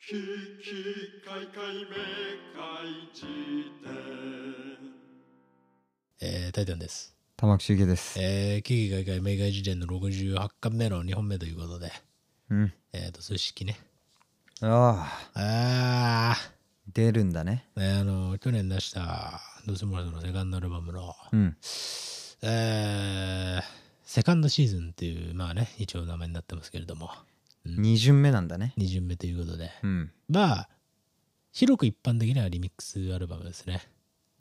ききかいかいめかいじ典えー、タイタンです。玉木周平です。えー、危機外界明快時点の68巻目の2本目ということで、うん。えっ、ー、と、数式ね。ああ、あ出るんだね。ー、ね、あの、去年出した、どうせもらずのセカンドアルバムの、うん。えー、セカンドシーズンっていう、まあね、一応名前になってますけれども、二巡目なんだね。 2巡目ということで、うん。まあ、広く一般的にはリミックスアルバムですね。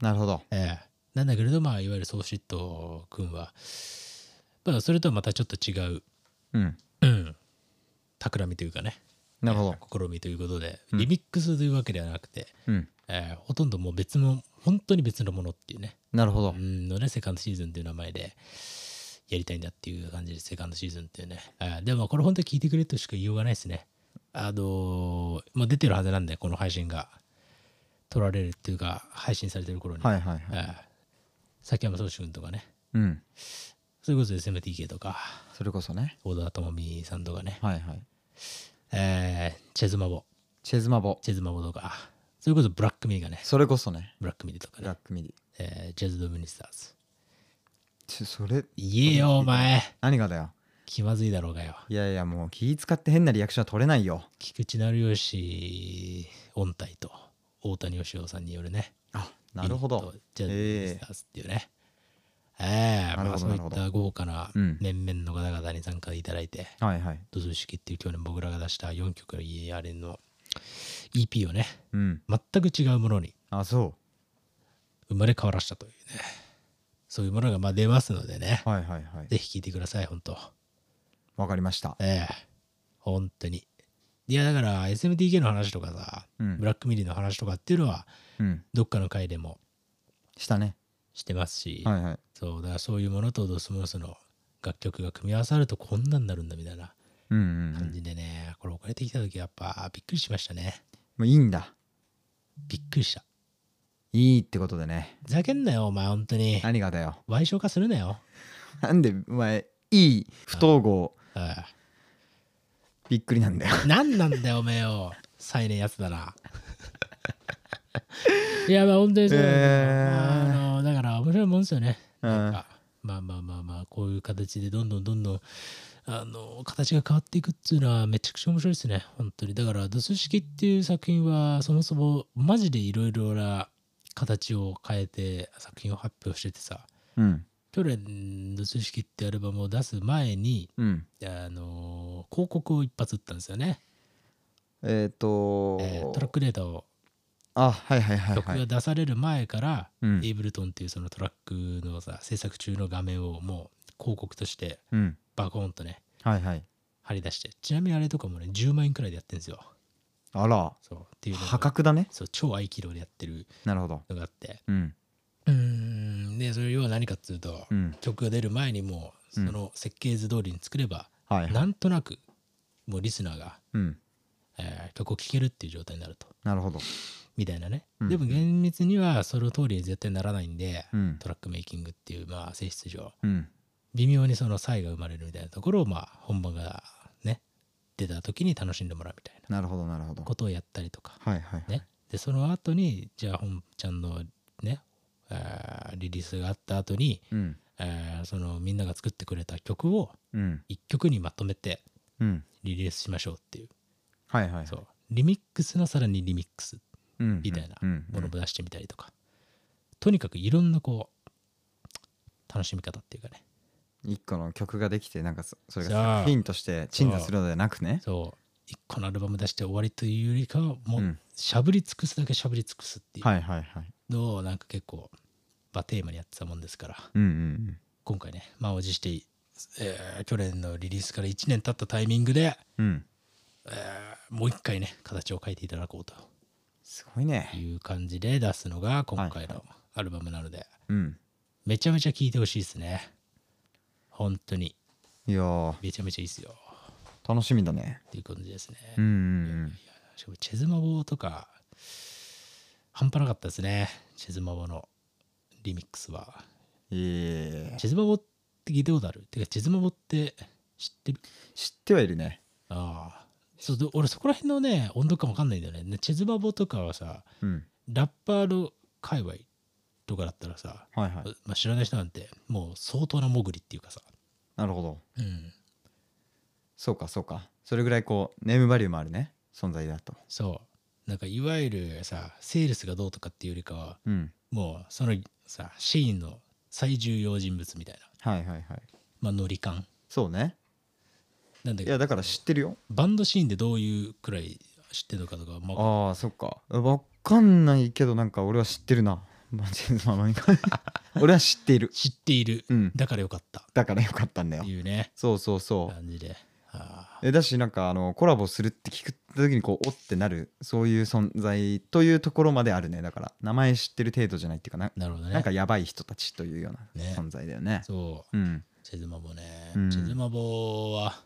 なるほど。ええなんだけれど、まあ、いわゆるソーシット君は、まあ、それとはまたちょっと違う、うん。うん、企みというかね、なるほど。試みということで、リミックスというわけではなくて、うん。えーほとんどもう別の、本当に別のものっていうね、なるほどう。ん、のね、セカンドシーズンという名前で、やりたいんだっていう感じで、セカンドシーズンっていうね。あーでも、これ本当に聞いてくれとしか言いようがないですね。あのーもう出てるはずなんで、この配信が。撮られるっていうか、配信されてる頃に。はいはいはい。あー崎山聡志君とかね、うん。それこそ SMTK とか、それこそね。小田智美さんとかね、はいはい。えーチェズマボ、チェズマボ。チェズマボとか、それこそブラックミディがね、それこそね。ブラックミディとかブラねッ、クミディ。えージャズ・ドミニスターズ。ちょそれ、言えよ、お前。何がだよ。気まずいだろうがよ。いやいや、もう気使って変なリアクションは取れないよ。菊池成吉音体と大谷義雄さんによるね。あ、なるほど。ユニットジャズ・ミえスえターズっていうね。ええなるまあほそどういなるほっどた豪華なうん面々の方々に参加いただいて、はいはい。ドズ式っていう去年僕らが出した4曲のいいあれの EP をね、うん。全く違うものにあ、そ生まれ変わらしたというね。そういうものがまあ出ますのでね。う。はいはいはい。ぜひ聴いてください、本当わかりました。ええ本当に。いや、だから SMTK の話とかさ、うんブラックミリの話とかっていうのは、うん。どっかの回でもしたね。してますし、はいはい。そう、だからそういうものとドスモノスの楽曲が組み合わさるとこんなんなるんだみたいなうんうんうん感。じでね、これ送られてきた時やっぱびっくりしましたね。もういいんだ。びっくりした。いいってことでね。ふざけんなよ、お前、本当に。何がだよ。賠償化するなよ。なんで、お前、いい不統合。あびっくりなんだよ。あ何なんだよ、おめえよ。最年やつだ な。いや、まあ、本当にそうなんですよ、えーまああのだから、面白いもんですよね。うんなんかまあまあまあまあ、こういう形でどんどんどんどん、あの、形が変わっていくっていうのはめちゃくちゃ面白いですね。本当に。だから、ドス式っていう作品は、そもそも、マジでいろいろな形を変えて作品を発表しててさ、うん。去年、ドス式ってアルバムを出す前に、うん。あの、広告を一発打ったんですよね。えっ、とえートラックデータをあ、はいはいはい曲はがい。出される前から、うんエイブルトンっていうそのトラックのさ制作中の画面をもう広告としてうん。バコーンとねはいはい。貼り出してちなみにあれとかもね10万円くらいでやってるんですよあら、そうっていうのが破格だね。そう超合気道でやってるなるほど。のがあってうん。うーんでそれ要は何かっつうと、うん。曲が出る前にもうそうんの設計図通りに作れば、はいはい。なんとなくもうリスナーが、うん。えー曲を聴けるっていう状態になるとなるほど。みたいなね、うんでも厳密にはその通りに絶対ならないんで、うん。トラックメイキングっていうまあ性質上うん。微妙にその差異が生まれるみたいなところをまあ本番がね出た時に楽しんでもらうみたいななるほどなるほど。ことをやったりとかはいはいはい。ねでその後にじゃあ本ちゃんのねあーリリースがあった後にうん。あーそのみんなが作ってくれた曲をうん。 1曲にまとめてうん。リリースしましょうっていうはいはいはい。そうリミックスのさらにリミックスうん。みたいなうん。うものもん出してみたりとかとにかくいろんなこう楽しみ方っていうかね一個の曲ができて、なんかそそれそうが作品として鎮座するのではなくね。そう一個のアルバム出して終わりというよりかはもううんしゃぶり尽くすだけしゃぶり尽くすっていはいはいはい。うのをなんか結構、まあ、テーマにやってたもんですからうんうん今回ね満を持して、えー去年のリリースから1年経ったタイミングで、うん。うん。えーもう一回ね形を変えていただこうとすごいね。いう感じで出すのが今回のアルバムなので、うん。めちゃめちゃ聴いてほしいですね本当にいやー、めちゃめちゃいいですよ楽しみだね。っていう感じですね、うんうんしかもチェズマボとか半端なかったですねチェズマボのリミックスはうん。ええ。チェズマボって聞いたことあるてかチェズマボって知ってる知ってはいるね。ああそうで俺そこら辺のね温度感わかんないんだよねねチェズバボとかはさうん。ラッパーの界隈とかだったらさ、はいはい。まあ、知らない人なんてもう相当な潜りっていうかさ、なるほど。うん、そうかそうか。それぐらいこうネームバリューもあるね存在だと。そうなんかいわゆるさセールスがどうとかっていうよりかはうん。もうそのさシーンの最重要人物みたいな、はいはいはい。まあ、ノリ感そうね。なんだいけやどだから知ってるよ。バンドシーンでどういうくらい知ってるのかとか、まあ、ああそっかわかんないけどなんか俺は知ってるなマジでまあまあ俺は知っている知っている、うんだからよかっただからよかったんだよっていうねそうそうそう感じであえだしなんかあのコラボするって聞く時にこうおってなるそういう存在というところまであるねだから名前知ってる程度じゃないっていうかなーなるほどねなんかやばい人たちというようなね存在だよねそううんチェズマボね、うんチェズマボは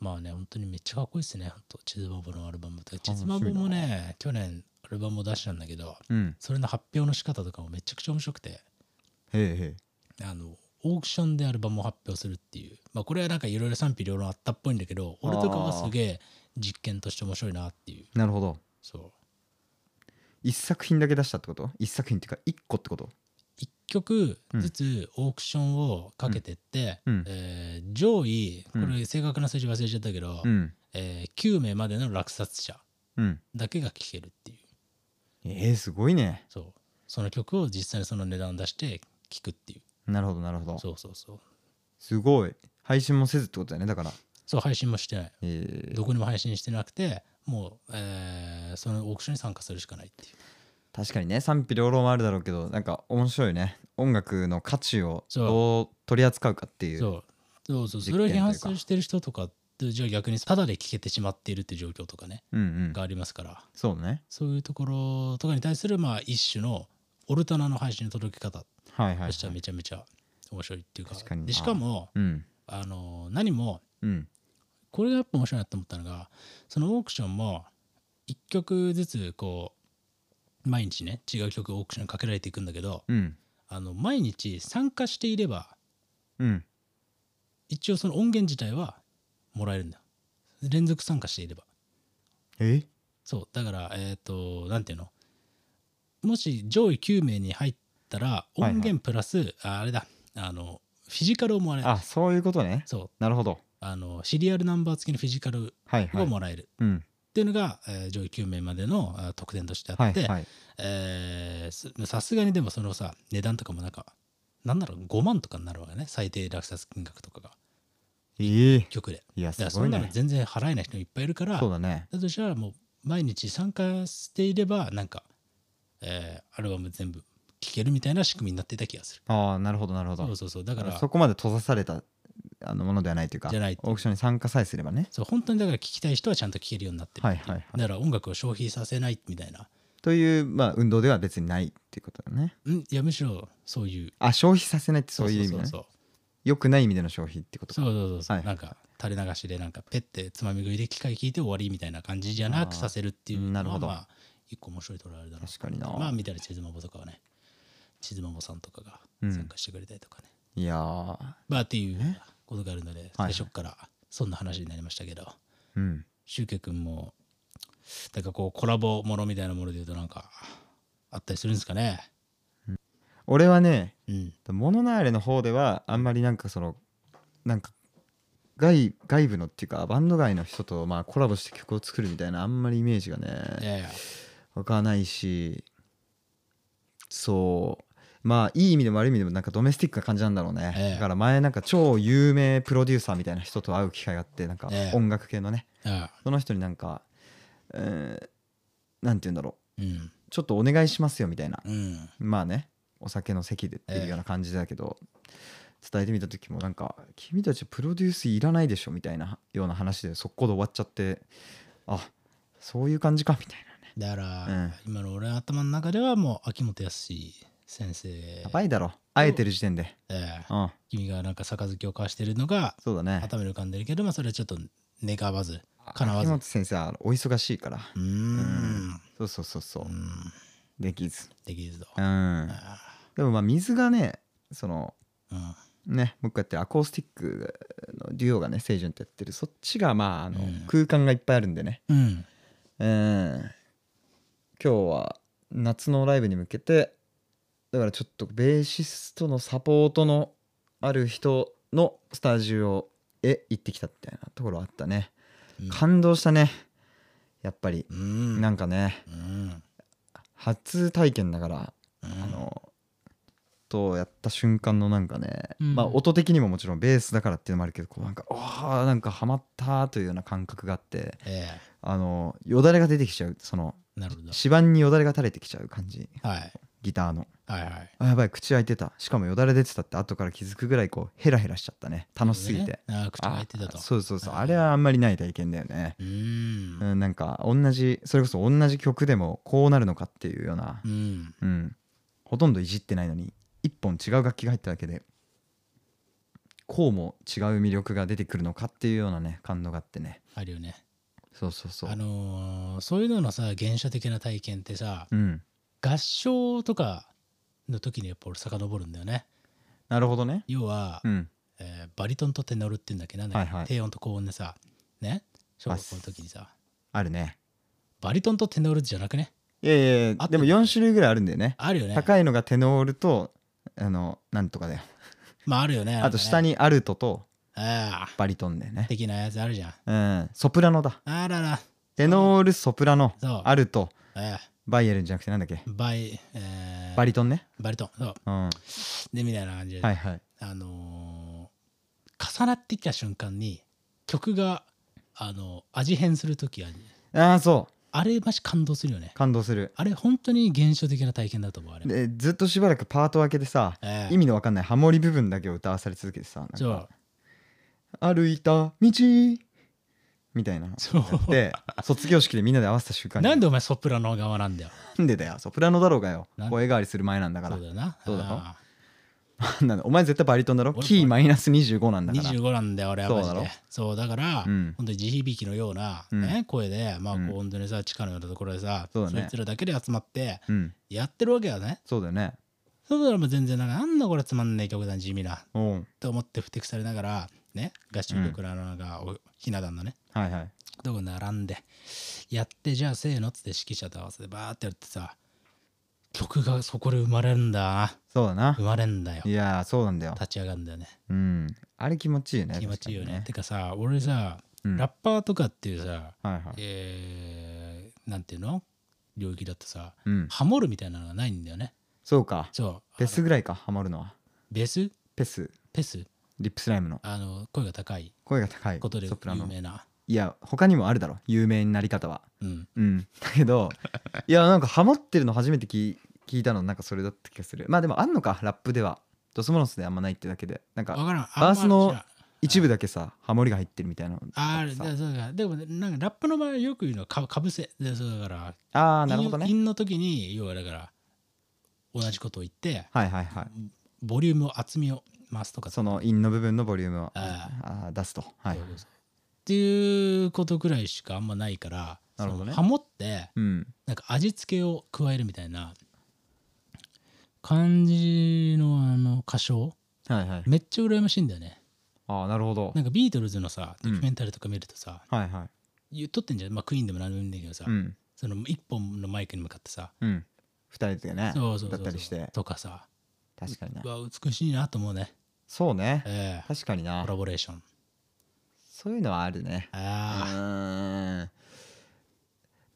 まあね本当にめっちゃかっこいいですね本当チェズマボのアルバムとかチェズマボもね去年アルバムを出したんだけどうんそれの発表の仕方とかもめちゃくちゃ面白くてへえへえあのオークションでアルバムを発表するっていうまあこれはなんかいろいろ賛否両論あったっぽいんだけど俺とかはすげえ実験として面白いなっていうなるほどそう一作品だけ出したってこと一作品っていうか一個ってこと1曲ずつオークションをかけてって、うんえー上位こうんれ正確な数字忘れちゃったけど、うんえー9名までの落札者うんだけが聴けるっていうえー、すごいねそうその曲を実際にその値段出して聴くっていうなるほどなるほどそうそうそうすごい配信もせずってことだねだからそう配信もしてないえーどこにも配信してなくてもう、えーそのオークションに参加するしかないっていう確かにね賛否両論はあるだろうけどなんか面白いね音楽の価値をそうどう取り扱うかっていうそうそうそう実そ験れを批という判かしてる人とかってじゃあ逆にただで聴けてしまっているっていう状況とかねうんうんがありますからそうねそういうところとかに対するまあ一種のオルタナの配信の届け方はいはい、はとい、してはめちゃめちゃ面白いっていうか,、確かにでしかもうんあの何もうんこれがやっぱ面白いなと思ったのがそのオークションも1曲ずつこう毎日ね違う曲をオークションにかけられていくんだけどうんあの毎日参加していればうん一応その音源自体はもらえるんだ連続参加していればえそうだからえっ、となんていうのもし上位9名に入ったらいはい音源プラス、ああれだあのフィジカルをもらえるあそういうことねそうなるほどあのシリアルナンバー付きのフィジカルはいはをいもらえるうんっていうのが、えー上位9名までのあ特典としてあはっいて、はいえーすさすがにでもそのさ値段とかもなんかなんだろう5万とかになるわけね最低落札金額とかがえー、曲でいやだからすそごいんなのね全然払えない人もいっぱいいるからそうだねだとしたらもう毎日参加していればなんか、えーアルバム全部聴けるみたいな仕組みになっていた気がするああなるほどなるほどそうそうそうだからそこまで閉ざされたあのものではないというかじゃないオークションに参加さえすればねそう本当にだから聴きたい人はちゃんと聴けるようになってるはいはいはいだから音楽を消費させないみたいな、というまあ運動では別にないっていうことだねうん、いやむしろそういうあ消費させないってそういう意味ねそうそう良くない意味での消費ってことかそうそうそうそうはいなんか垂れ流しでなんかペッてつまみ食いで機械聞いて終わりみたいな感じじゃなくさせるっていうあーなるのほはどまあ一個面白い捉えるだろう確かにな、まあ見たらチズマボとかはねチズマボさんとかが参加してくれたりとかね、いやーまあっていうことがあるのでは最い初っからそんな話になりましたけど、うんシュウケ君もなんかこうコラボものみたいなもので言うとなんかあったりするんですかね俺はねうん「モノナーレ」の方ではあんまりなんかそのなんか外外部のっていうかバンド外の人とまあコラボして曲を作るみたいなあんまりイメージがいねやいや湧かないしそうまあいい意味でも悪い意味でもなんかドメスティックな感じなんだろうね、ええだから前なんか超有名プロデューサーみたいな人と会う機会があってなんかええ音楽系のねああその人になんか、えーなんて言うんだろうんうちょっとお願いしますよみたいなうんまあねお酒の席でっていうような感じだけど、伝えてみた時もなんか「君たちプロデュースいらないでしょ」みたいなような話で速攻で終わっちゃってあそういう感じかみたいなねだから、うん今の俺の頭の中ではもう秋元康先生やばいだろ会えてる時点でええうん君がなんか杯を交わしてるのがそうだね頭に浮かんでるけどまあそれはちょっと願わず叶わ秋ずう元先生はお忙しいからーんそうそうそうそううんできずできるぞうんあでもまあ水がねそのあうんねもう一個やってるアコースティックのデュオがね清純とやってるそっちがまああの、うん空間がいっぱいあるんでねうんうん今日は夏のライブに向けてだからちょっとベーシストのサポートのある人のスタジオへ行ってきたみたいなところあったね、うん感動したねやっぱり、うんなんかねうん初体験だから、あのとやった瞬間のなんかね、うんまあ音的にももちろんベースだからっていうのもあるけどこうなんかあーなんかハマったというような感覚があってえあのよだれが出てきちゃうそのえなるほど指板によだれが垂れてきちゃう感じはいギターのはいはいあやばい口開いてたしかもよだれ出てたって後から気づくぐらいこうヘラヘラしちゃったね楽しすぎて、ねあー口が開いてたとあそうそうそうはいあれはあんまりない体験だよね、うーんうん、なんか同じそれこそ同じ曲でもこうなるのかっていうようなう、んうん、ほとんどいじってないのに一本違う楽器が入っただけでこうも違う魅力が出てくるのかっていうようなね感動があってねあるよねそうそうそうあのーそういうののさ原初的な体験ってさうん合唱とかの時にやっぱ俺遡るんだよねなるほどね要は、うんえーバリトンとテノルって言うんだっけなんだっけ、はいはい低音と高音でさね小学校の時にさあるねバリトンとテノールじゃなくねいやいやいあやとでも4種類ぐらいあるんだよねあるよね高いのがテノールとあのなんとかだよまああるよねあと下ににアルトとああバリトンだよね的なやつあるじゃんうんソプラノだあららテノールソプラノそうアルトえバイエルンじゃなくてなんだっけーバイ、えーバリトンねバリトンそううんはでみたいな感じで、いはいあのー重なってきた瞬間に曲があの味変する時あるああそうあれマジ感動するよね感動するあれ本当に現象的な体験だと思うあれ、でずっとしばらくパート分けでさええ意味のわかんないハモリ部分だけを歌わされ続けてさなんかそう歩いた道みたいなのそうで卒業式でみんなで合わせた瞬間になんでお前ソプラノ側なんだよなんでだよソプラノだろうがよなん声変わりする前なんだかそらうだよなそうだろあなんだお前絶対バリトンだろ俺キーマイナス25なんあだから25なんだよ俺はそうマだジろでそうだから、うん本当に地響きのような、うんね声でまあこうんう本当にさ地下のようなところでさ、そうだねいつらだけで集まってうんやってるわけだねそうだよねそうだらもう全然なんかなんだこれつまんない曲だ地味なうんと思ってふてくされながらね合唱曲のなんかおひな壇のねはいはいとこ並んでやってじゃあせーのっつって指揮者と合わせてバーってやってさ曲がそこで生まれるんだなそうだな生まれんだよいやーそうなんだよ立ち上がるんだよねうんあれ気持ちいいよね気持ちいいよね確てかさ俺さ、かにうんラッパーとかっていうさ、はいはいえー、なんていうの領域だとさうんハモるみたいなのがないんだよねそうかそうペスぐらいかハマるのはベスペスペスリップスライムのあの声が高い声が高いことでソプラ有ノ名ないや他にもあるだろ有名になり方はうんうんだ けどいやなんかハマってるの初めて聞い聞いたのなんかそれだった気がするまあでもあんのかラップではドスモノスであんまないってだけでなんわかからんバースのあんま知らん一部だけさハモリが入ってるみたいなのあっーてさだそうだでもねなんかラップの場合よく言うのはかかぶせでそうだからあーなるほど韻ね韻の時に要はだから同じことを言ってはいはいはいボリュームを厚みを増すとかそのインの部分のボリュームをああー出すとはいそうそうそうっていうことぐらいしかあんまないからなるほどねそのハモってうんなんか味付けを加えるみたいな感じのあの歌唱はいはいめっちゃ羨ましいんだよねああなるほどなんかビートルズのさうドんキュメンタリーとか見るとさ、はいはい言っとってんじゃん、まあ、クイーンでも何でもいいんだけどさ、うんその一本のマイクに向かってさうん二人でねそうそうそだうっそうたりしてとかさ確かになうわ美しいなと思うね、そうねええ確かになコラボレーションそういうのはあるねうあーん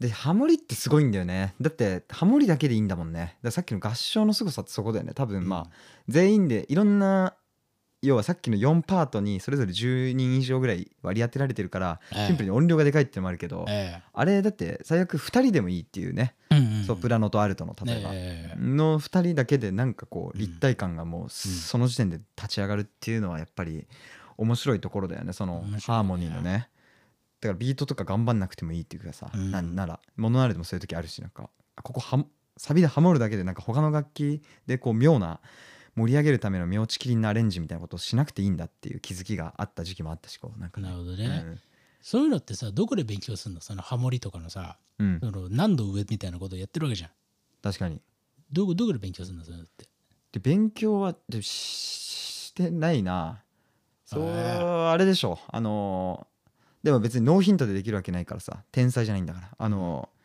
でハモリってすごいんだよねだってハモリだけでいいんだもんねだからさっきの合唱の凄さってそこだよね多あ分まあ、全員でいろんな要はさっきの4パートにそれぞれ10人以上ぐらい割り当てられてるからええシンプルに音量がでかいってのもあるけど、えあれだって最悪2人でもいいっていうね、えうんうんソプラノとアルトの例えば、ええの2人だけでなんかこううん立体感がもうその時点で立ち上がるっていうのはやっぱり面白いところだよねその面白いねハーモニーのねだからビートとか頑張んなくてもいいっていうかさ、うんなんならモノアレでもそういう時あるしなんかここはサビでハモるだけでなんか他の楽器でこう妙な盛り上げるための妙ちきりんなアレンジみたいなことをしなくていいんだっていう気づきがあった時期もあったしこうなんかなるほどね、うんそういうのってさどこで勉強するのそのハモリとかのさうんその何度上みたいなことをやってるわけじゃん確かにどこどこで勉強するのそれってで勉強はでししてないなそうえあれでしょあのーでも別にノーヒントでできるわけないからさ天才じゃないんだからあのー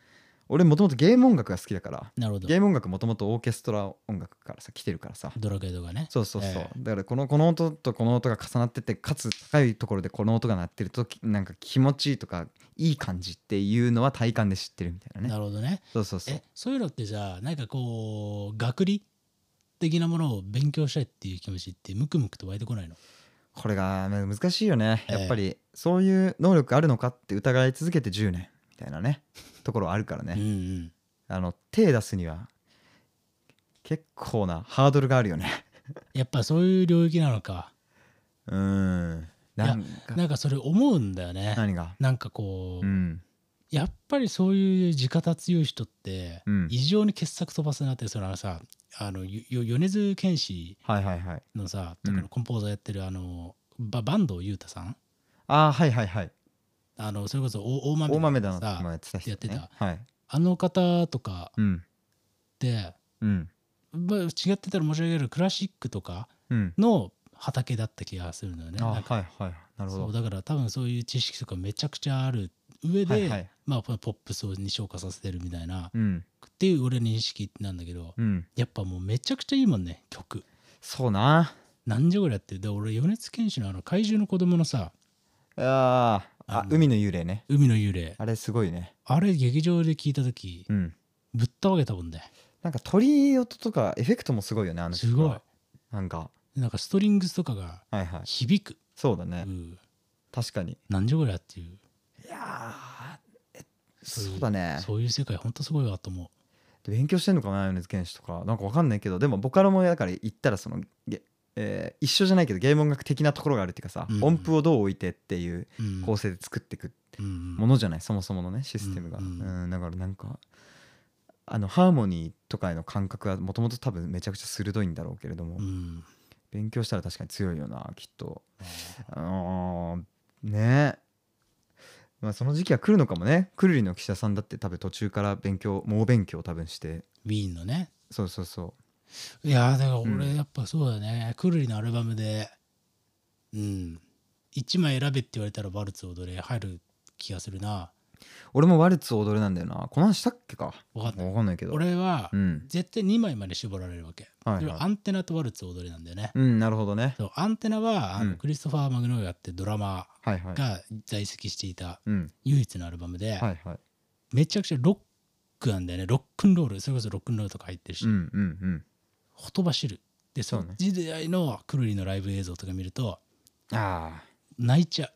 俺もともとゲーム音楽が好きだからなるほどゲーム音楽もともとオーケストラ音楽からさ来てるからさドラクエとかねそうそうそう、ええだからこのこの音とこの音が重なっててかつ高いところでこの音が鳴ってるときなんか気持ちいいとかいい感じっていうのは体感で知ってるみたいなねなるほどねそうそうそうえそういうのってじゃあなんかこう学理的なものを勉強したいっていう気持ちってムクムクと湧いてこないのこれがまあ難しいよねええやっぱりそういう能力あるのかって疑い続けて10年みたいなねところはあるからうんねうんあの手出すには結構なハードルがあるよね やっぱそういう領域なのかうーんなんかなんかそれ思うんだよね何がなんかこう、うんやっぱりそういう地肩強い人って、うん異常に傑作飛ばすなってそのあのさあのよよ米津玄師はいはいはいのさ、うんだからコンポーザーやってるあのば坂東裕太さんああはいはいはいあのそれこそ大大豆大豆だののさもやってた人、ね、やってたはいあの方とかうんって、うんまあ違ってたら申し訳ないけどクラシックとかうんの畑だった気がするのよね。あなはんいかはいなるほそうどだから多分そういう知識とかめちゃくちゃある上で、はいはいまあ、ポップスに昇華させてるみたいなうんっていう俺の認識なんだけどうんやっぱもうめちゃくちゃいいもんね曲そうな何時ぐらいやってるで俺米津玄師のあの怪獣の子供のさあーああの海の幽霊ね海の幽霊あれすごいねあれ劇場で聞いた時うんぶったわけたもんねなんか鳥音とかエフェクトもすごいよねあのす曲はごいなんかなんかストリングスとかがはいはい響く、そうだねうん、確かに何時ぐらいやっていういやーえそういうそうだねそういう世界ほんとすごいわと思勉強してんのかな米津玄師とかなんかわかんないけどでもボカロもだから言ったらそのげえー一緒じゃないけどゲーム音楽的なところがあるっていうかさ、うん音符をどう置いてっていうう、うん、構成で作っていくうんものじゃないそもそものねシステムが、ううんんうんだからなんかあのハーモニーとかへの感覚はもともと多分めちゃくちゃ鋭いんだろうけれども、うん勉強したら確かに強いよなきっとあのーねまあその時期は来るのかもねくるりの岸田さんだって多分途中から勉強猛勉強多分してウィーンのねそうそうそいやーだから俺うんやっぱそうだね、くるりのアルバムでうん1枚選べって言われたらワルツ踊れ入る気がするなう俺もワルツ踊れなんだよなこの話したっけかわかんないわかんないけど俺はうん絶対2枚まで絞られるわけ、はいでもはアいンテナとワルツ踊れなんだよね、うんなるほどねそうアンテナはあの、うんクリストファー・マグノリアってドラマはいはいーが在籍していたうん唯一のアルバムで、はいはいめちゃくちゃロックなんだよねロックンロールそれこそロックンロールとか入ってるし、うんうんうんほとばしるでそそうのね時代のくるりのライブ映像とか見るとあ泣いちゃあ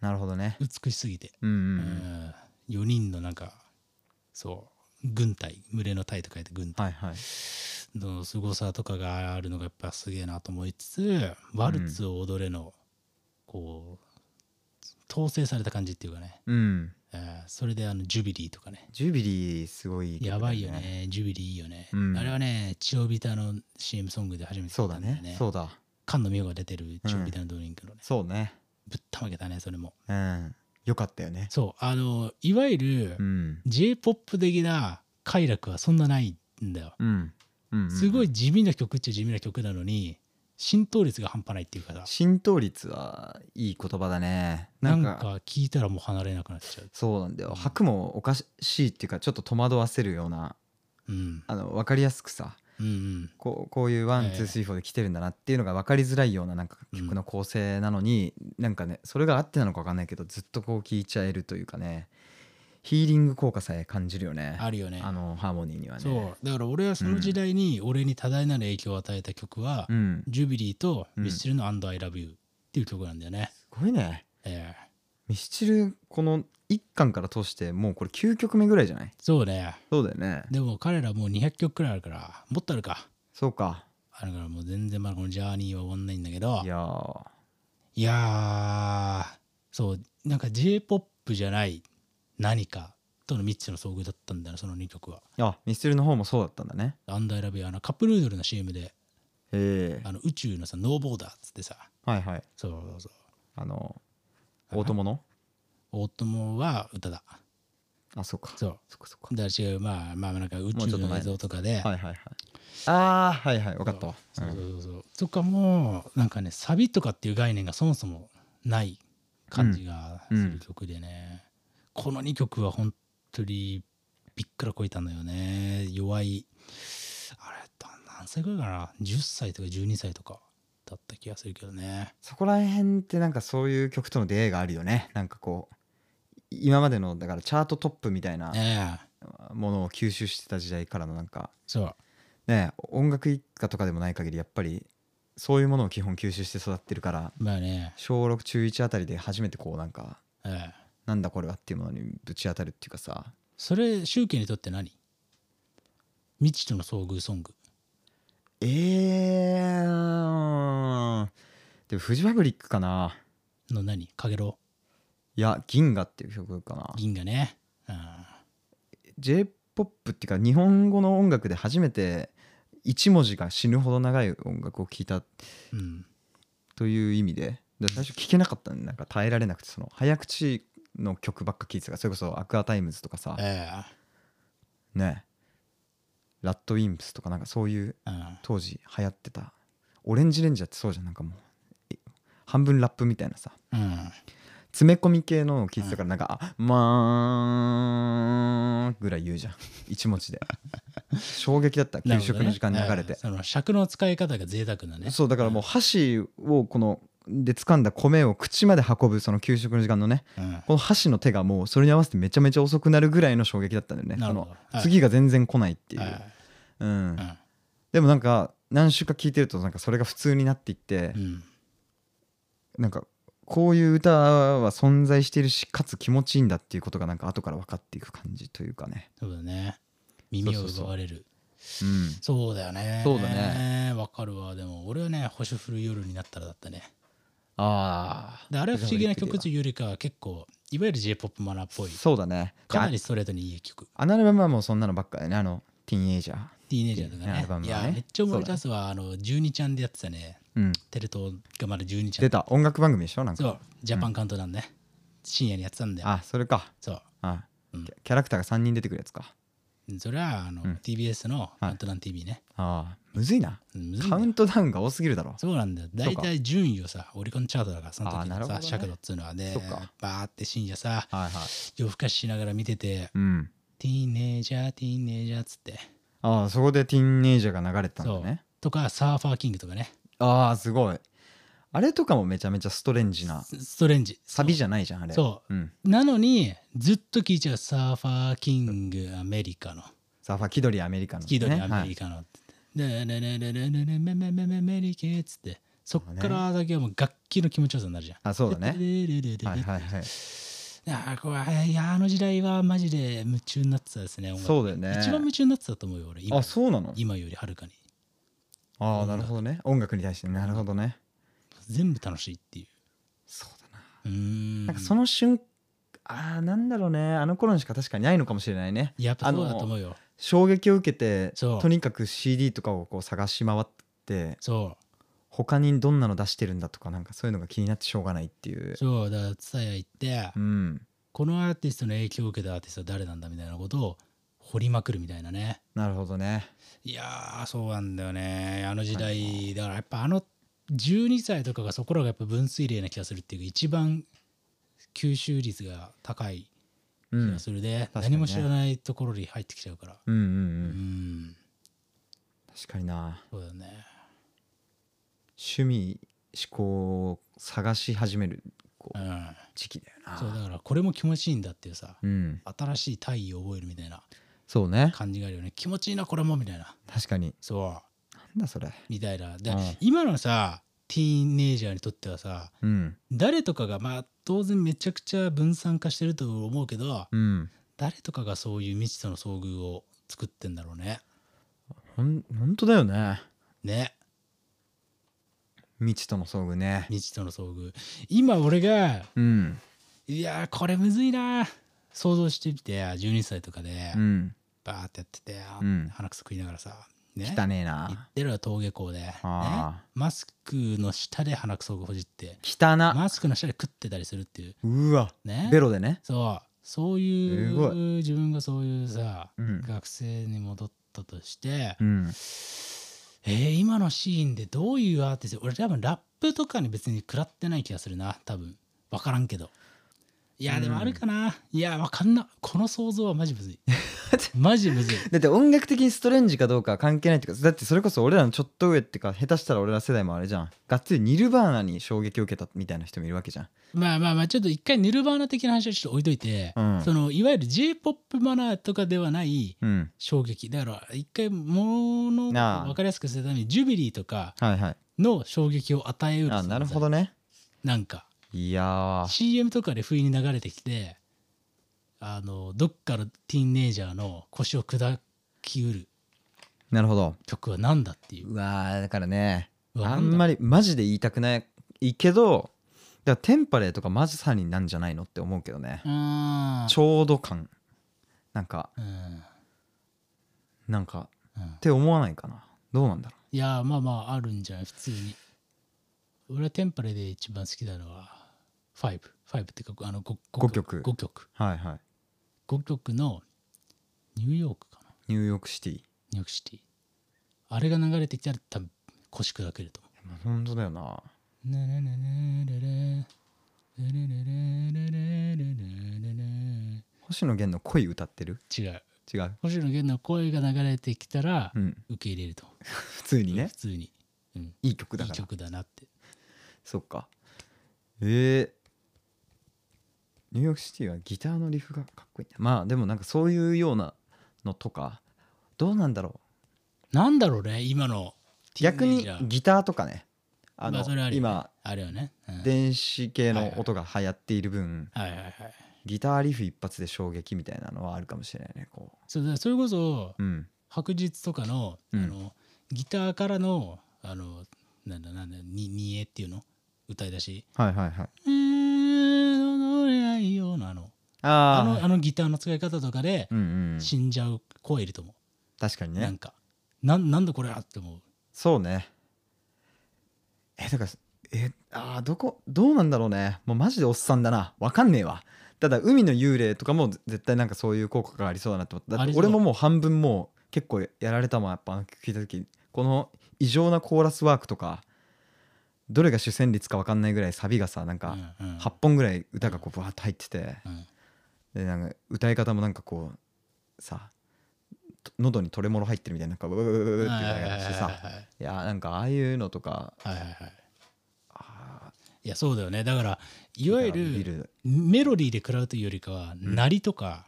なるほどねう美しすぎてうんうん、ううんん4人のなんかそう軍隊群れの隊と書いて軍隊はいはいのすごさとかがあるのがやっぱすげえなと思いつつワルツを踊れのこう統制された感じっていうかね、うんえーそれであのジュビリーとかねジュビリーすごい、やばいよねジュビリーいいよね、うんあれはね千代ビタの CM ソングで初めてそうだんだよねそうだ菅野美穂が出てる千代ビタのドリンクのね、そうねぶったまげたねそれもうんよかったよねそうあのいわゆるうん j p o p 的な快楽はそんなないんだよ、うんうんすごい地味な曲っちゃ地味な曲なのに浸透率が半端ないっていうかさ浸透率はいい言葉だねななんんかか聞いたらもう離れなくなっちゃうそうなんだよ白もおかしいっていうかちょっと戸惑わせるようなうんあの分かりやすくさうんうんこうこういうワンツースリーフォーで来てるんだなっていうのが分かりづらいようななんかうん曲の構成なのに、なんかねそれがあってなのか分かんないけどずっとこう聴いちゃえるというかねヒーリング効果さえ感じるよねあるよねあのハーモニーにはねそうだから俺はその時代に俺に多大なる影響を与えた曲は、うん、ジュビリーとうんミスチルの「And I Love You」っていう曲なんだよね、すごいねええミスチルこの1巻から通してもうこれ9曲目ぐらいじゃないそうねそうだよねでも彼らもう200曲くらいあるからもっとあるかそうかあるからもう全然まだこのジャーニーは終わんないんだけどいやーいやーそうなんか j p o p じゃない何かとのミッチの遭遇だったんだよなその2曲は。あミスチルの方もそうだったんだねアンダーラビアのカップヌードルの CM でへえあの宇宙のさノーボーダーっつってさはいはいそうそうそうあの大友の大友は歌だあそうかそうそっかそっかだから違うまあまあなんか宇も宙うちょっとの前映像とかではいはいはいああはいはい分かったわそううそんうそうそうとかもなんかねサビとかっていう概念がそもそもない感じがすうんうんる曲でね、この2曲は本当にびっくらこいたんだよね弱いあれだ何歳ぐらいかな10歳とか12歳とかだった気がするけどねそこら辺ってなんかそういう曲との出会いがあるよねなんかこう今までのだからチャートトップみたいなええものを吸収してた時代からのなんかそうね音楽一家とかでもない限りやっぱりそういうものを基本吸収して育ってるからまあね小6中1あたりで初めてこうなんかええなんだこれはっていうものにぶち当たるっていうかさそれ周期にとって何未知との遭遇ソングえーうんでもフジファブリックかなの何かげろいや銀河っていう曲かなう銀河ね、うん、 j p o p っていうか日本語の音楽で初めて1文字が死ぬほど長い音楽を聴いたうんという意味でで最初聴けなかったのなんか耐えられなくてその早口の曲ばっか聴いてたからそれこそ「アクアタイムズ」とかさええねラッドウィンプスとかなんかそういううん当時流行ってたオレンジレンジャーってそうじゃんなんかもうえ半分ラップみたいなさうん詰め込み系のを聞いてたからなんか「あまー」ぐらい言うじゃん一文字で衝撃だった給食の時間に流なるほどねれてうん、その尺の使い方が贅沢だねそうだからもう箸をこので掴んだ米を口まで運ぶその給食の時間のねうん、うんこの箸の手がもうそれに合わせてめちゃめちゃ遅くなるぐらいの衝撃だったんだよねなそるほどのはい次が全然来ないってい、はいううんう、でもなんか何週か聞いてるとなんかそれが普通になっていっんうて、んなんかこういう歌は存在しているしかつ気持ちいいんだっていうことがなんか後から分かっていく感じというかねそうだね耳をそうそうそう奪われるうんそうだよねそうだねわかるわでも俺はね星降る夜になったらだったねあであれは不思議な曲というよりかは結構いわゆる j p o p マナーっぽいそうだねかなでりストレートにいい曲ああのアルバムはもうそんなのばっかだよねあのティーンエイジャーティーネイジャーとかいいねアルねバムいはねやめっちゃ思い出すわ、あの12ちゃんでやってたねうんテレ東がまだ12ちゃ出んた音楽番組でしょなんかそうジャパンカウントダウンね、深夜にやってたんだよあそれかそうあうんキャキャラクターが3人出てくるやつかうんそれはあの、うん TBS の「カウントダウン TV ね」ああむずいなうんむずいんだカウよントダウンが多すぎるだろそうなんだよう大か体順位をさオリコンチャートだからそのあー時なるのほどさね尺度っつうのはねそっかバーって深夜さはいはい夜更かししながら見ててうん「ティーンネイジャーティーンネイジャー」っつってああそこでティーンエイジャーが流れてたんだねとか「サーファーキング」とかねああすごいあれとかもめちゃめちゃストレンジなスストレンジサビじゃないじゃんあれ、そうん、なのにずっと聴いちゃう「サーファーキングアメリカの」サーファー気取りアメリカの、「ね、キドリアメリカ、カの」って「ねねねねねねねメメメメメリケ」っつってそっからだけはもう楽器の気持ちよさになるじゃんはい、あそうだねはいねはいはいあこれいやあの時代はマジで夢中になってたですね音楽そうだよね一番夢中になってたと思うよ俺今あそうなの今よりはるかにああなるほどね音楽に対してなるほどね全部楽しいっていうそうだなうーんなんかその瞬ああなんだろうねあの頃にしか確かにないのかもしれないねやっぱそうだあのと思うよ衝撃を受けてそうとにかく CD とかをこう探し回ってそ他にどんなの出してるんだとかなんかそういうのが気になってしょうがないっていううそうだから蔦屋行ってうんこのアーティストの影響を受けたアーティストは誰なんだみたいなことを掘りまくるみたいなねなるほどねいやーそうなんだよねあの時代だからやっぱあの12歳とかがそこらがやっぱ分水嶺な気がするっていうか一番吸収率が高いうん気うんがするで、確かにね何も知らないところに入ってきちゃうからうんううんん確かになそうだよね趣味思考を探し始めるこううん時期だよそうだなからこれも気持ちいいんだっていうさうん新しい体位を覚えるみたいなそうね感じがあるよね気持ちいいなこれもみたいな確かにそなんだそれうみたいなで、うん今のさティーンエイジャーにとってはさうん誰とかがまあ当然めちゃくちゃ分散化してると思うけどうん誰とかがそういう未知との遭遇を作ってんだろうねほんほんとだよねね未知との遭遇ね未知との遭遇今俺がうんいやーこれむずいな想像してみて12歳とかでうんバーってやってて、うん鼻くそ食いながらさね汚ねえ行なってるわ登下校で、ね、ああマスクの下で鼻くそをほじって汚なマスクの下で食ってたりするっていううわねベロでねそうそうすいごう自分がそういうさうん学生に戻っったとして、うんえー今のシーンでどういうアーティスト俺多分ラップとかに別に食らってない気がするな多分分からんけどいやでもあるかな、いや分かんなこの想像はマジむ ずいマジむずいだって音楽的にストレンジかどうかは関係ないっていうかだってそれこそ俺らのちょっと上ってか下手したら俺ら世代もあれじゃんがっつりニルバーナに衝撃を受けたみたいな人もいるわけじゃんまあまあまあちょっと一回ニルバーナ的な話はちょっと置いといて、うんそのいわゆる j p o p マナーとかではないうん衝撃だから一回ものああ分かりやすくするためにジュビリーとかはいはいの衝撃を与えうるあなるほ存どね在なんかいやー CM とかで不意に流れてきてあのどっかのティーンネイジャーの腰を砕きうるなるほど曲は何だっていううわーだからねわあかんなまいりマジで言いたくないけどだからテンパレーとかマジさになんじゃないのって思うけどねあーちょうど感なんかうんなんかうんって思わないかなどうなんだろいやまあまああるんじゃない普通に俺はテンパレで一番好きなのは55っていうかあの 5, 五曲5曲うはいはい5曲のニューヨークかなニューヨークシティニューヨークシティあれが流れてきたら多分腰砕けると思うまあ本当だよなねねねねれれねねねねねねねねね星野源の恋歌ってる違う違う星野源の声が流れてきたらうん受け入れると思う普通にね普通にうんいい曲いだいから曲だなってそっかえーニューヨークシティはギターのリフがかっこいいねまあでもなんかそういうようなのとかどうなんだろなんだろうね今のう逆にティーンエイジャーギターとかねあまのあそれあるよね今あれよねうん電子系はいはのい音が流行っている分はいはいはいギターリフ一発で衝撃みたいなのはあるかもしれないねこそれでそれこそううん白日とかの,、うんあのギターからのあのなんだなんだににえっていうの歌い出しはいはいはい「えーどれないよ」のあのああのあのギターの使い方とかであうんうん死んじゃう子いると思確かにう、なねんかなんなんだこれはって思うそうねえだからえあーどこどうなんだろうねもうマジでおっさんだなわかんねえわただ海の幽霊とかも絶対なんかそういう効果がありそうだなと思っただあっりてそう俺ももう半分もう結構やられたもんやっぱあの曲聞いた時この異常なコーラスワークとかどれが主旋律かわかんないぐらいサビがさなんかうんうん8本ぐらい歌がこうバーッと入っててうんでなんか歌い方もなんかこうさと喉にトレモロ入ってるみたいななんかうーうーってはいはいはい感じはでいさいやーなんかああいうのとかはいはいはいあいやそうだよねだからいわゆるビルメロディーで食らうというよりかは鳴りとか、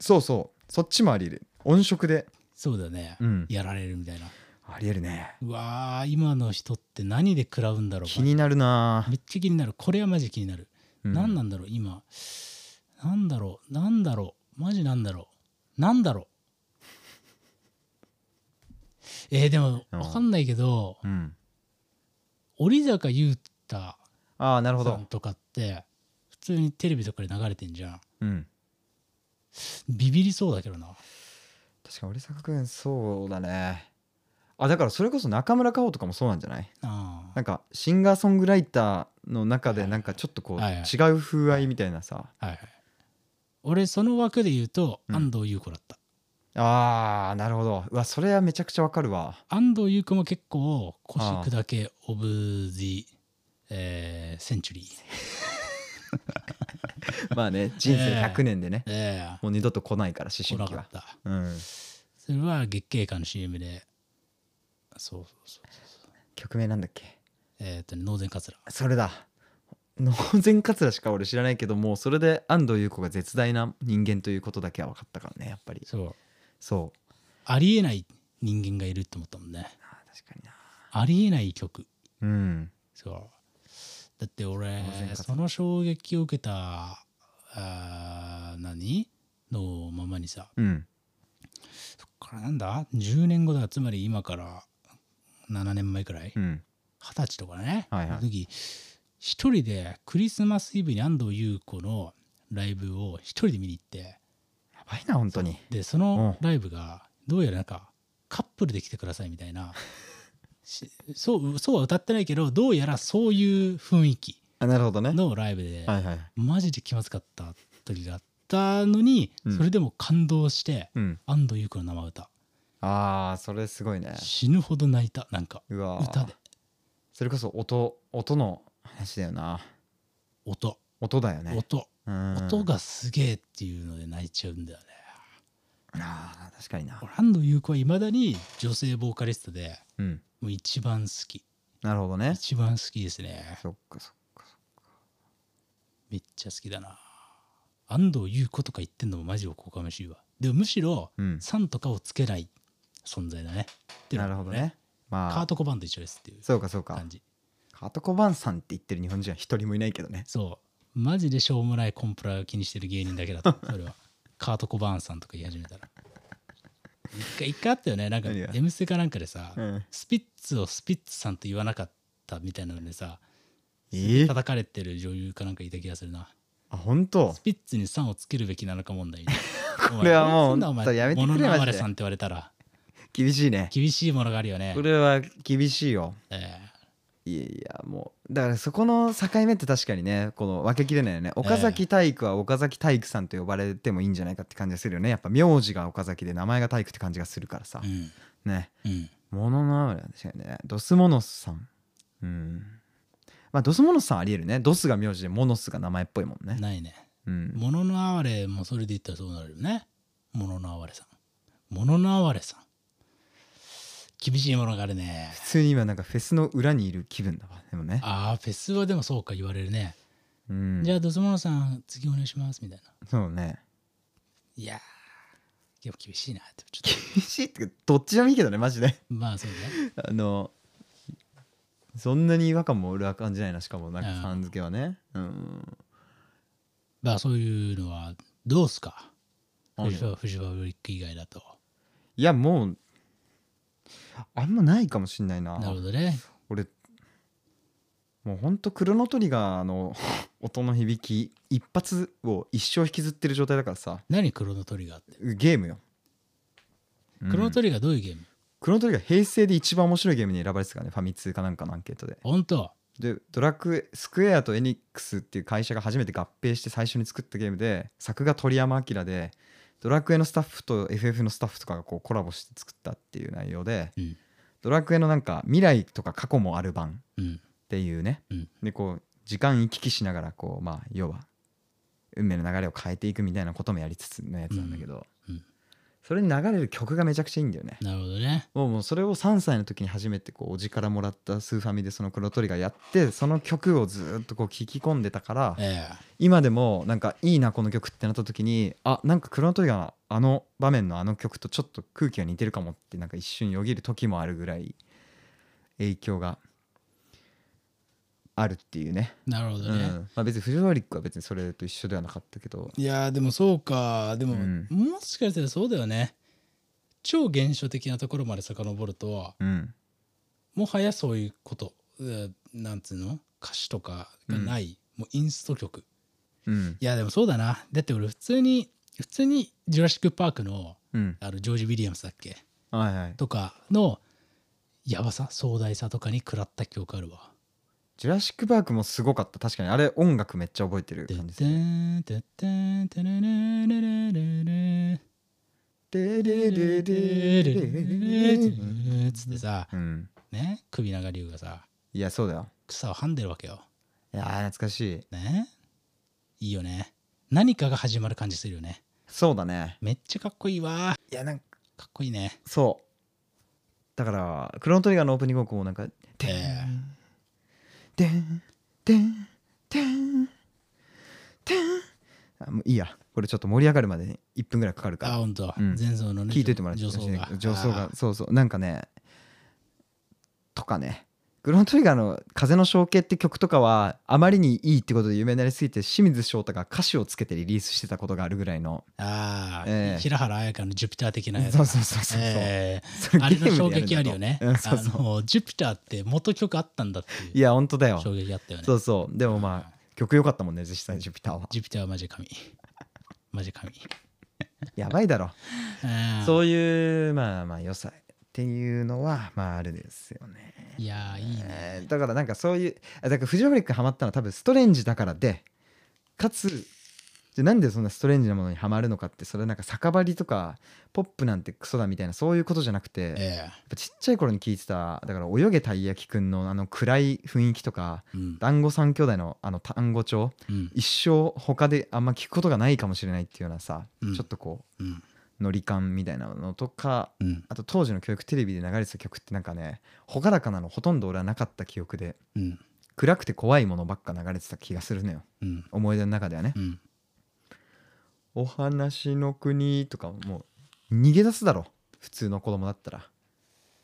そうそうそっちもあり得る音色で、そうだよね、うん、やられるみたいなあり得るねうわー今の人って何で食らうんだろう気になるなめっちゃ気になるこれはマジ気になる、うん何なんだろう今何だろう何だろうマジなんだろう何だろうえー、でもうん分かんないけどうん織坂優太ああなるほさどんとかって普通にテレビとかで流れてんじゃんうんビビりそうだけどな確かに俺坂君そうだねあだからそれこそ中村佳穂とかもそうなんじゃないあなんかシンガーソングライターの中でなんかちょっとこうはいはい違う風合いみたいなさあはいはい俺その枠で言うとうん安藤優子だった、あーなるほどうわそれはめちゃくちゃわかるわ安藤優子も結構腰砕けオブジえーセンチュリーまあね 人生100年でね、ええもう二度と来ないから思来な春期かはったうんそれは月経館の CM でそうそうそうそう曲名なんだっけえーっ、とねノーゼンカツラそれだノーゼンカツラしか俺知らないけどもうそれで安藤優子が絶大な人間ということだけは分かったからねやっぱりそうそうありえない人間がいるって思ったもんねあー確かになありえない曲うんそうだって俺ノーゼンカツラその衝撃を受けたあー何のままにさうんそっからなんだ10年後だつまり今から7年前くらいうん二十歳とかね、はいはいの時一人でクリスマスイブに安藤優子のライブを一人で見に行ってやばいな本当にでそのライブがどうやらなんかカップルで来てくださいみたい なしそうそうは歌ってないけどどうやらそういう雰囲気あなるほどねのライブで、はいはいマジで気まずかった時があったのに、うんそれでも感動してうん安藤優子の生歌ああそれすごいね死ぬほど泣いたなんかうわー歌でそれこそ音音の話だよな音音だよね音うん音がすげえっていうので泣いちゃうんだよねあー確かになオランド優子はいまだに女性ボーカリストでうんもう一番好きなるほどね一番好きですねそっかそっかめっちゃ好きだな安藤優子とか言ってんのもマジおこがましいわでもむしろうん「さん」とかをつけない存在だねっていうなのるがほどねカまーあト・コバンと一緒ですっていうそうかそうか感じカート・コバーンさんって言ってる日本人は一人もいないけどねそうマジでしょうもないコンプラを気にしてる芸人だけだ とそれはカート・コバーンさんとか言い始めたら一回一回あったよねなんか「何が M ステ」かなんかでさ、うんスピッツをスピッツさんと言わなかったみたいなのでさええ叩かれてる女優かなんかいた気がするなあ本当スピッツに「さん」をつけるべきなのか問題 これはもうお前そんなお前ちょっとやめてくれもののマジであまれさんって言われたら厳しいね厳しいものがある よねこれは厳しいよえいやいやもうだからそこの境目って確かにねこの分けきれないよね岡崎体育は岡崎体育さんと呼ばれてもいいんじゃないかって感じがするよねやっぱ名字が岡崎で名前が体育って感じがするからさえ、うんねうんもののあれ確かにねドスモノスさんうんまあドスモノスさんありえるねドスが名字でモノスが名前っぽいもんねないねうんもののあわれもそれで言ったらそうなるよね。もののあわれさん。もののあわれさん。厳しいものがあるね。普通に今なんかフェスの裏にいる気分だわでもねああ、フェスはでもそうか言われるね。うんじゃあ、ドスモノさん、次お願いしますみたいな。そうねいやー、でも厳しいなって。ち ょっ厳しいってかどっちでもいいけどねマジで とまあそうね。あのそんなに違和感も俺は感じないなしかもなんかさん付けはねうんまあそういうのはどうすか。あフジファフジファブリック以外だと。いやもうあんまないかもしんないななるほどね。俺もうほんとクロノトリガーの 音の響き一発を一生引きずってる状態だからさ何クロノトリガーって。ゲームよ、うんクロノトリガーどういうゲームクロノトリガー平成で一番面白いゲームに選ばれてたからねファミ通かなんかのアンケートで本当でドラクエスクエアとエニックスっていう会社が初めて合併して最初に作ったゲームで作が鳥山明でドラクエのスタッフと FF のスタッフとかがこうコラボして作ったっていう内容で、うんドラクエのなんか未来とか過去もある版うん。っていうね、うんでこう時間行き来しながらこうまあ要は運命の流れを変えていくみたいなこともやりつつのやつなんだけど、うんうんそれに流れる曲がめちゃくちゃいいんだよね。なるほどね。もうもうそれを3歳の時に初めてこうおじからもらったスーファミでそのクロトリガーやってその曲をずーっとこう聴き込んでたからえ今でもなんかいいなこの曲ってなった時にあなんかクロトリガーのあの場面のあの曲とちょっと空気が似てるかもってなんか一瞬よぎる時もあるぐらい影響があるっていうね、え。なるほうどね。んまあ、別にフジローリックは別にそれと一緒ではなかったけどいやーでもそうかでも、うんもしかしたらそうだよね超原初的なところまで遡るとうんもはやそういうことえーなんつうの歌詞とかがない、もうインスト曲うんいやでもそうだなだって俺普通に普通に「ジュラシック・パークの」うんあのジョージ・ウィリアムスだっけはいはいとかのやばさ壮大さとかに食らった記憶あるわ。ジュラシック・パークもすごかった確かにあれ音楽めっちゃ覚えてるて感んじですてるんてんてんてれれれれれれでででででつってさうんね首長竜がさいやそうだよ草をはんでるわけよいやー懐かしいねいいよね何かが始まる感じするよねそうだねめっちゃかっこいいわいやなんかかっこいいねそうだからクロノトリガーのオープニングをこうなんか「でえんでんでんでんでん」あもういいやこれちょっと盛り上がるまで1分ぐらいかかるからあ本当、うん前奏のね聞いといてもらって女装女装がが女装がそうそうなんかねとかねグロントリガーの「風の象形」って曲とかはあまりにいいってことで有名になりすぎて清水翔太が歌詞をつけてリリースしてたことがあるぐらいのああ、ええ平原綾香のジュピター的なやつそうそうそうそうそう、ええそれあれゲームの衝でやんだけ撃どあるよね、うんそうそあうのジュピターって元曲あったんだっていいうや本当だよ衝撃あったよねそうそうでもまあ曲良かったもんね実際ジュピターはジュピターはマジ神マジ神やばいだろうんそういうまあまあ良さっていうのはまああるですよねいやーいいねえーだからなんかそういうあだからフジファブリックハマったのは多分ストレンジだからでかつでなんでそんなストレンジなものにはまるのかってそれはなんか酒張りとかポップなんてクソだみたいなそういうことじゃなくてやっえぱちっちゃい頃に聞いてただから「泳げたい焼きくん」のあの暗い雰囲気とかえうん団子三兄弟のあの単語帳うん一生他であんま聞くことがないかもしれないっていうようなさ、うんちょっとこうんうノリ感みたいなのとかうんあと当時の教育テレビで流れてた曲ってなんかね朗らかなのほとんど俺はなかった記憶でうん暗くて怖いものばっか流れてた気がするのようん思い出の中ではねう、んお話の国とかもう逃げ出すだろ普通の子供だったら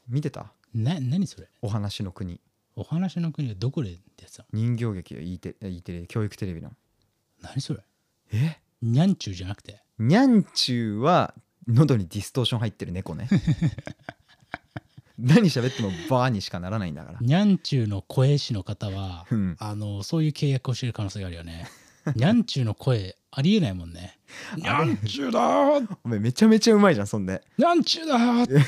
見てたな何それお話の国お話の国はどこでやってたの人形劇よ E テ E テレ教育テレビの何それえにゃんちゅうじゃなくてにゃんちゅうは喉にディストーション入ってる猫 ね何喋ってもバーにしかならないんだからにゃんちゅうの声師の方 はうんあのそういう契約をしてる可能性があるよね にゃんちゅうの声ありえないもん ねにゃんちゅうだ ーお前めちゃめちゃうまいじゃんそんでにゃんちゅうだー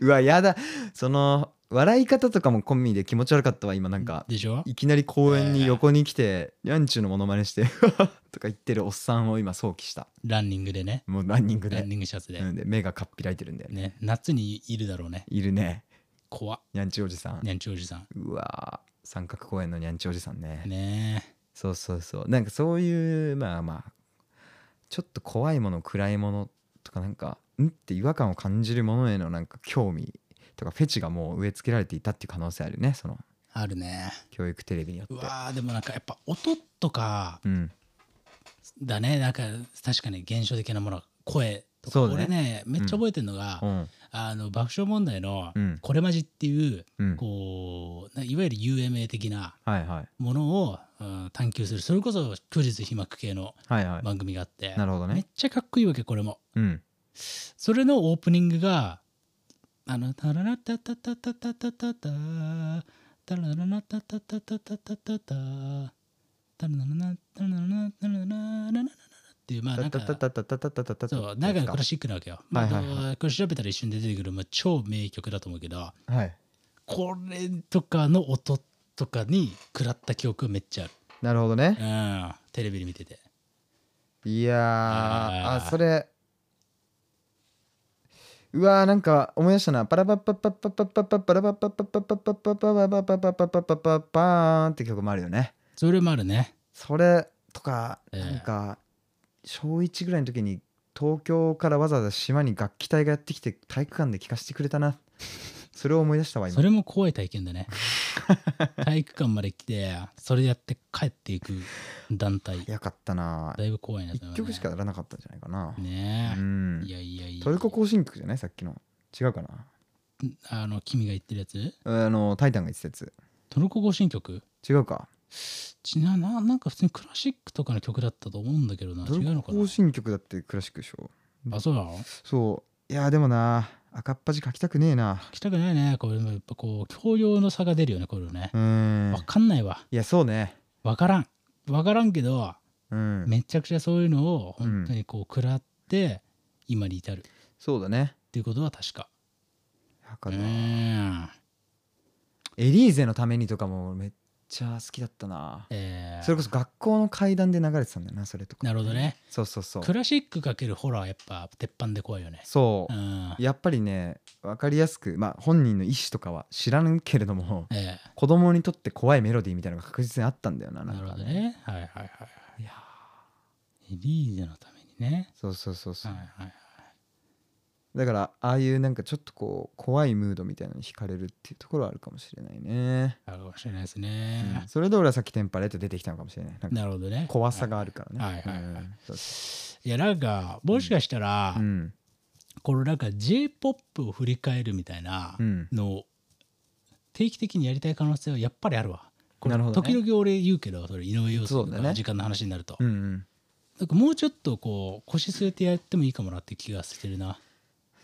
うわやだその笑い方とかも込みで気持ち悪かったわ今なんかでしょいきなり公園に横に来てにゃんちゅうのモノマネして 「とか言ってるおっさんを今想起したランニングでねもうランニングラでンニングシャツで、うんで目がかっぴらいてるんだよねね夏にいるだろうねいるね怖っにゃんちゅうおじさんにゃんちゅうおじさんうわー三角公園のにゃんちゅうおじさんねねえそうそうそうなんかそういうまあまあちょっと怖いもの暗いものとかなんかんって違和感を感じるものへのなんか興味とかフェチがもう植え付けられていたっていう可能性あるねそのあるね教育テレビによってうわーでもなんかやっぱ音とかうんだねなんか確かに現象的なもの声とかそうだね俺ねめっちゃ覚えてるのが、うんあの爆笑問題のう「んこれまじ」っていう、うんこうないわゆる有名的なはいはいものを、うん探求するそれこそ虚実飛膜系のはいはい、番組があって、なるほどめっねちゃかっこいいわけこれもうんそれのオープニングが「あのタララタタタタタタタタタラララタタタタタタタタタラララタラララタララララララ」っていうまあなたんたかたたたたたたたたそうなんかクラシックなわけよ。まあはいはいはあとこれ調べたら一瞬出てくる、まあ、超名曲だと思うけどはいこれとかの音とかに食らった記憶がめっちゃなるほどねある。うん、テレビで見てて。いやーああーそれうわーなんか思い出したなパラパッパッパッパッパッパッパッパラパッパッパッパッパッパッパッパッパッパッパッパッパッパッパッパーンって曲もあるよねそれもあるね。それとかええなんか小一ぐらいの時に東京からわざわざ島に楽器隊がやってきて体育館で聴かせてくれたなそれを思い出したわそ今れも怖い体験だね。 体育館まで来て、それやって帰っていく団体。よかったなだいぶ怖いな、それはね一曲しかやらなかったんじゃないかなねうえ、んいやいやいや。トルコ行進曲じゃないさっきの違うかなあの、君が言ってるやつあのタイタンが言ってたやつトルコ行進曲違うかちなな、なんか普通にクラシックとかの曲だったと思うんだけどな。ト違うルのコかな行進曲だってクラシックでしょあ、そうなのそういやでもな赤っ恥書きたくねえな来たくないね。これ、やっぱこう、教養の差が出るよね、これねう。ーんわかんないわ。いやそうねわからん。わからんけど、うんめちゃくちゃそういうのを本当にこう食らって、今に至るっそうだねていうことは確か。だかうらん。エリーゼのためにとかもめっちゃ好きだったなえーそれこそ学校の階段で流れてたんだよなそれとかなるほどね。そうそうそうクラシックかけるホラーはやっぱ鉄板で怖いよね。。そううんやっぱりね分かりやすくまあ本人の意思とかは知らんけれどもえ子供にとって怖いメロディーみたいなのが確実にあったんだよなーななんるかほどね。はいはいはいはい。いやエリーゼのためにね。そうそうそうそはういはい。だからああいうなんかちょっとこう怖いムードみたいなのに惹かれるっていうところはあるかもしれないね、あるかもしれないですうねん。それで俺はさっきテンパレって出てきたのかもしれないなんかなるほどね。怖さがあるからねはいはいはいはいうんそうそいやなんかもしかしたら、ううんこのなんか J−POP を振り返るみたいなうんのを定期的にやりたい可能性はやっぱりあるわ。これなるほどね時々俺言うけどそれ井上陽水そうとだかね時間の話になると、うんうんなんかもうちょっとこう腰据えてやってもいいかもなって気がしてるな。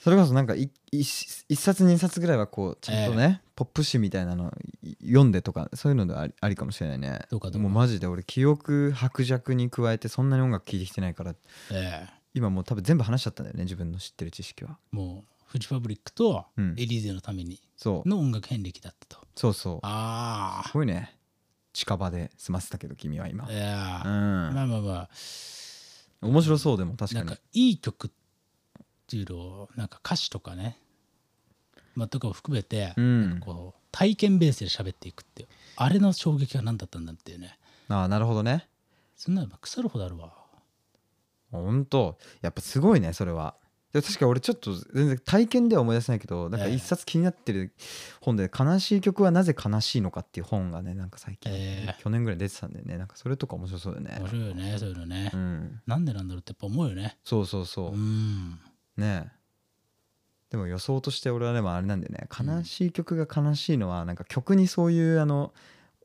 それこそなんかいい一一冊二冊ぐらいはこうちゃんとね、ポップ誌みたいなのい読んでとかそういうのでありありかもしれないねどうかどうかもうマジで俺記憶薄弱に加えてそんなに音楽聴いてきてないからええ今もう多分全部話しちゃったんだよね自分の知ってる知識はもうフジファブリックとうんエリーゼのためにそうの音楽遍歴だったと。そうそうあすごいね近場で済ませたけど君は今い、やうーまん、あまあまあ面白そうでも確なかんにかいい曲っていうのをなんか歌詞とかね、まあ、とかを含めて、うんこう体験ベースで喋っていくっていうあれの衝撃は何だったんだっていうねああなるほどねそんなの腐るほどあるわほんとやっぱすごいねそれはで確か俺ちょっと全然体験では思い出せないけどなんかええ一冊気になってる本で「悲しい曲はなぜ悲しいのか」っていう本がねなんか最近、ええ去年ぐらい出てたんだよねなんかそれとか面白そうだよね面白いよねそういうのね、うんなんでなんだろうってやっぱ思うよねそうそうそうう、んねえでも予想として俺はでもあれなんだよねうん悲しい曲が悲しいのはなんか曲にそういうあの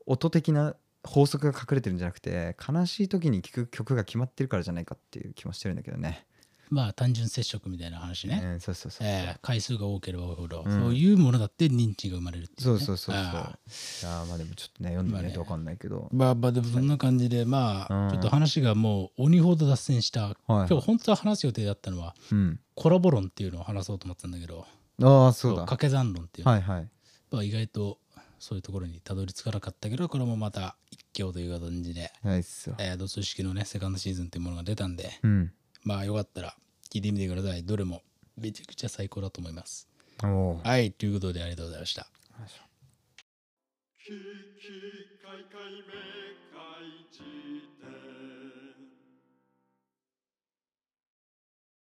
音的な法則が隠れてるんじゃなくて悲しい時に聴く曲が決まってるからじゃないかっていう気もしてるんだけどね。まあ単純接触みたいな話ね、うん、そうそうそうそう。えー回数が多ければ多いほど、うんそういうものだって認知が生まれるってい、そううね、そうそうそう。いあやーーまあでもちょっとね読んでみないとわかんないけど。まあまあでもそんな感じでまあ、うんちょっと話がもう鬼ほど脱線したはい。今日本当は話す予定だったのはうん。コラボ論っていうのを話そうと思ってたんだけどああそうだ。掛け算論っていうの、はいはい。まあ、意外とそういうところにたどり着かなかったけどこれもまた一挙という感じで、ないっすよ。えー、ドツ式のねセカンドシーズンっていうものが出たんでうん。まあよかったら聞いてみてくださいどれもめちゃくちゃ最高だと思いますおおー。はいということでありがとうございましたキキカイカイめ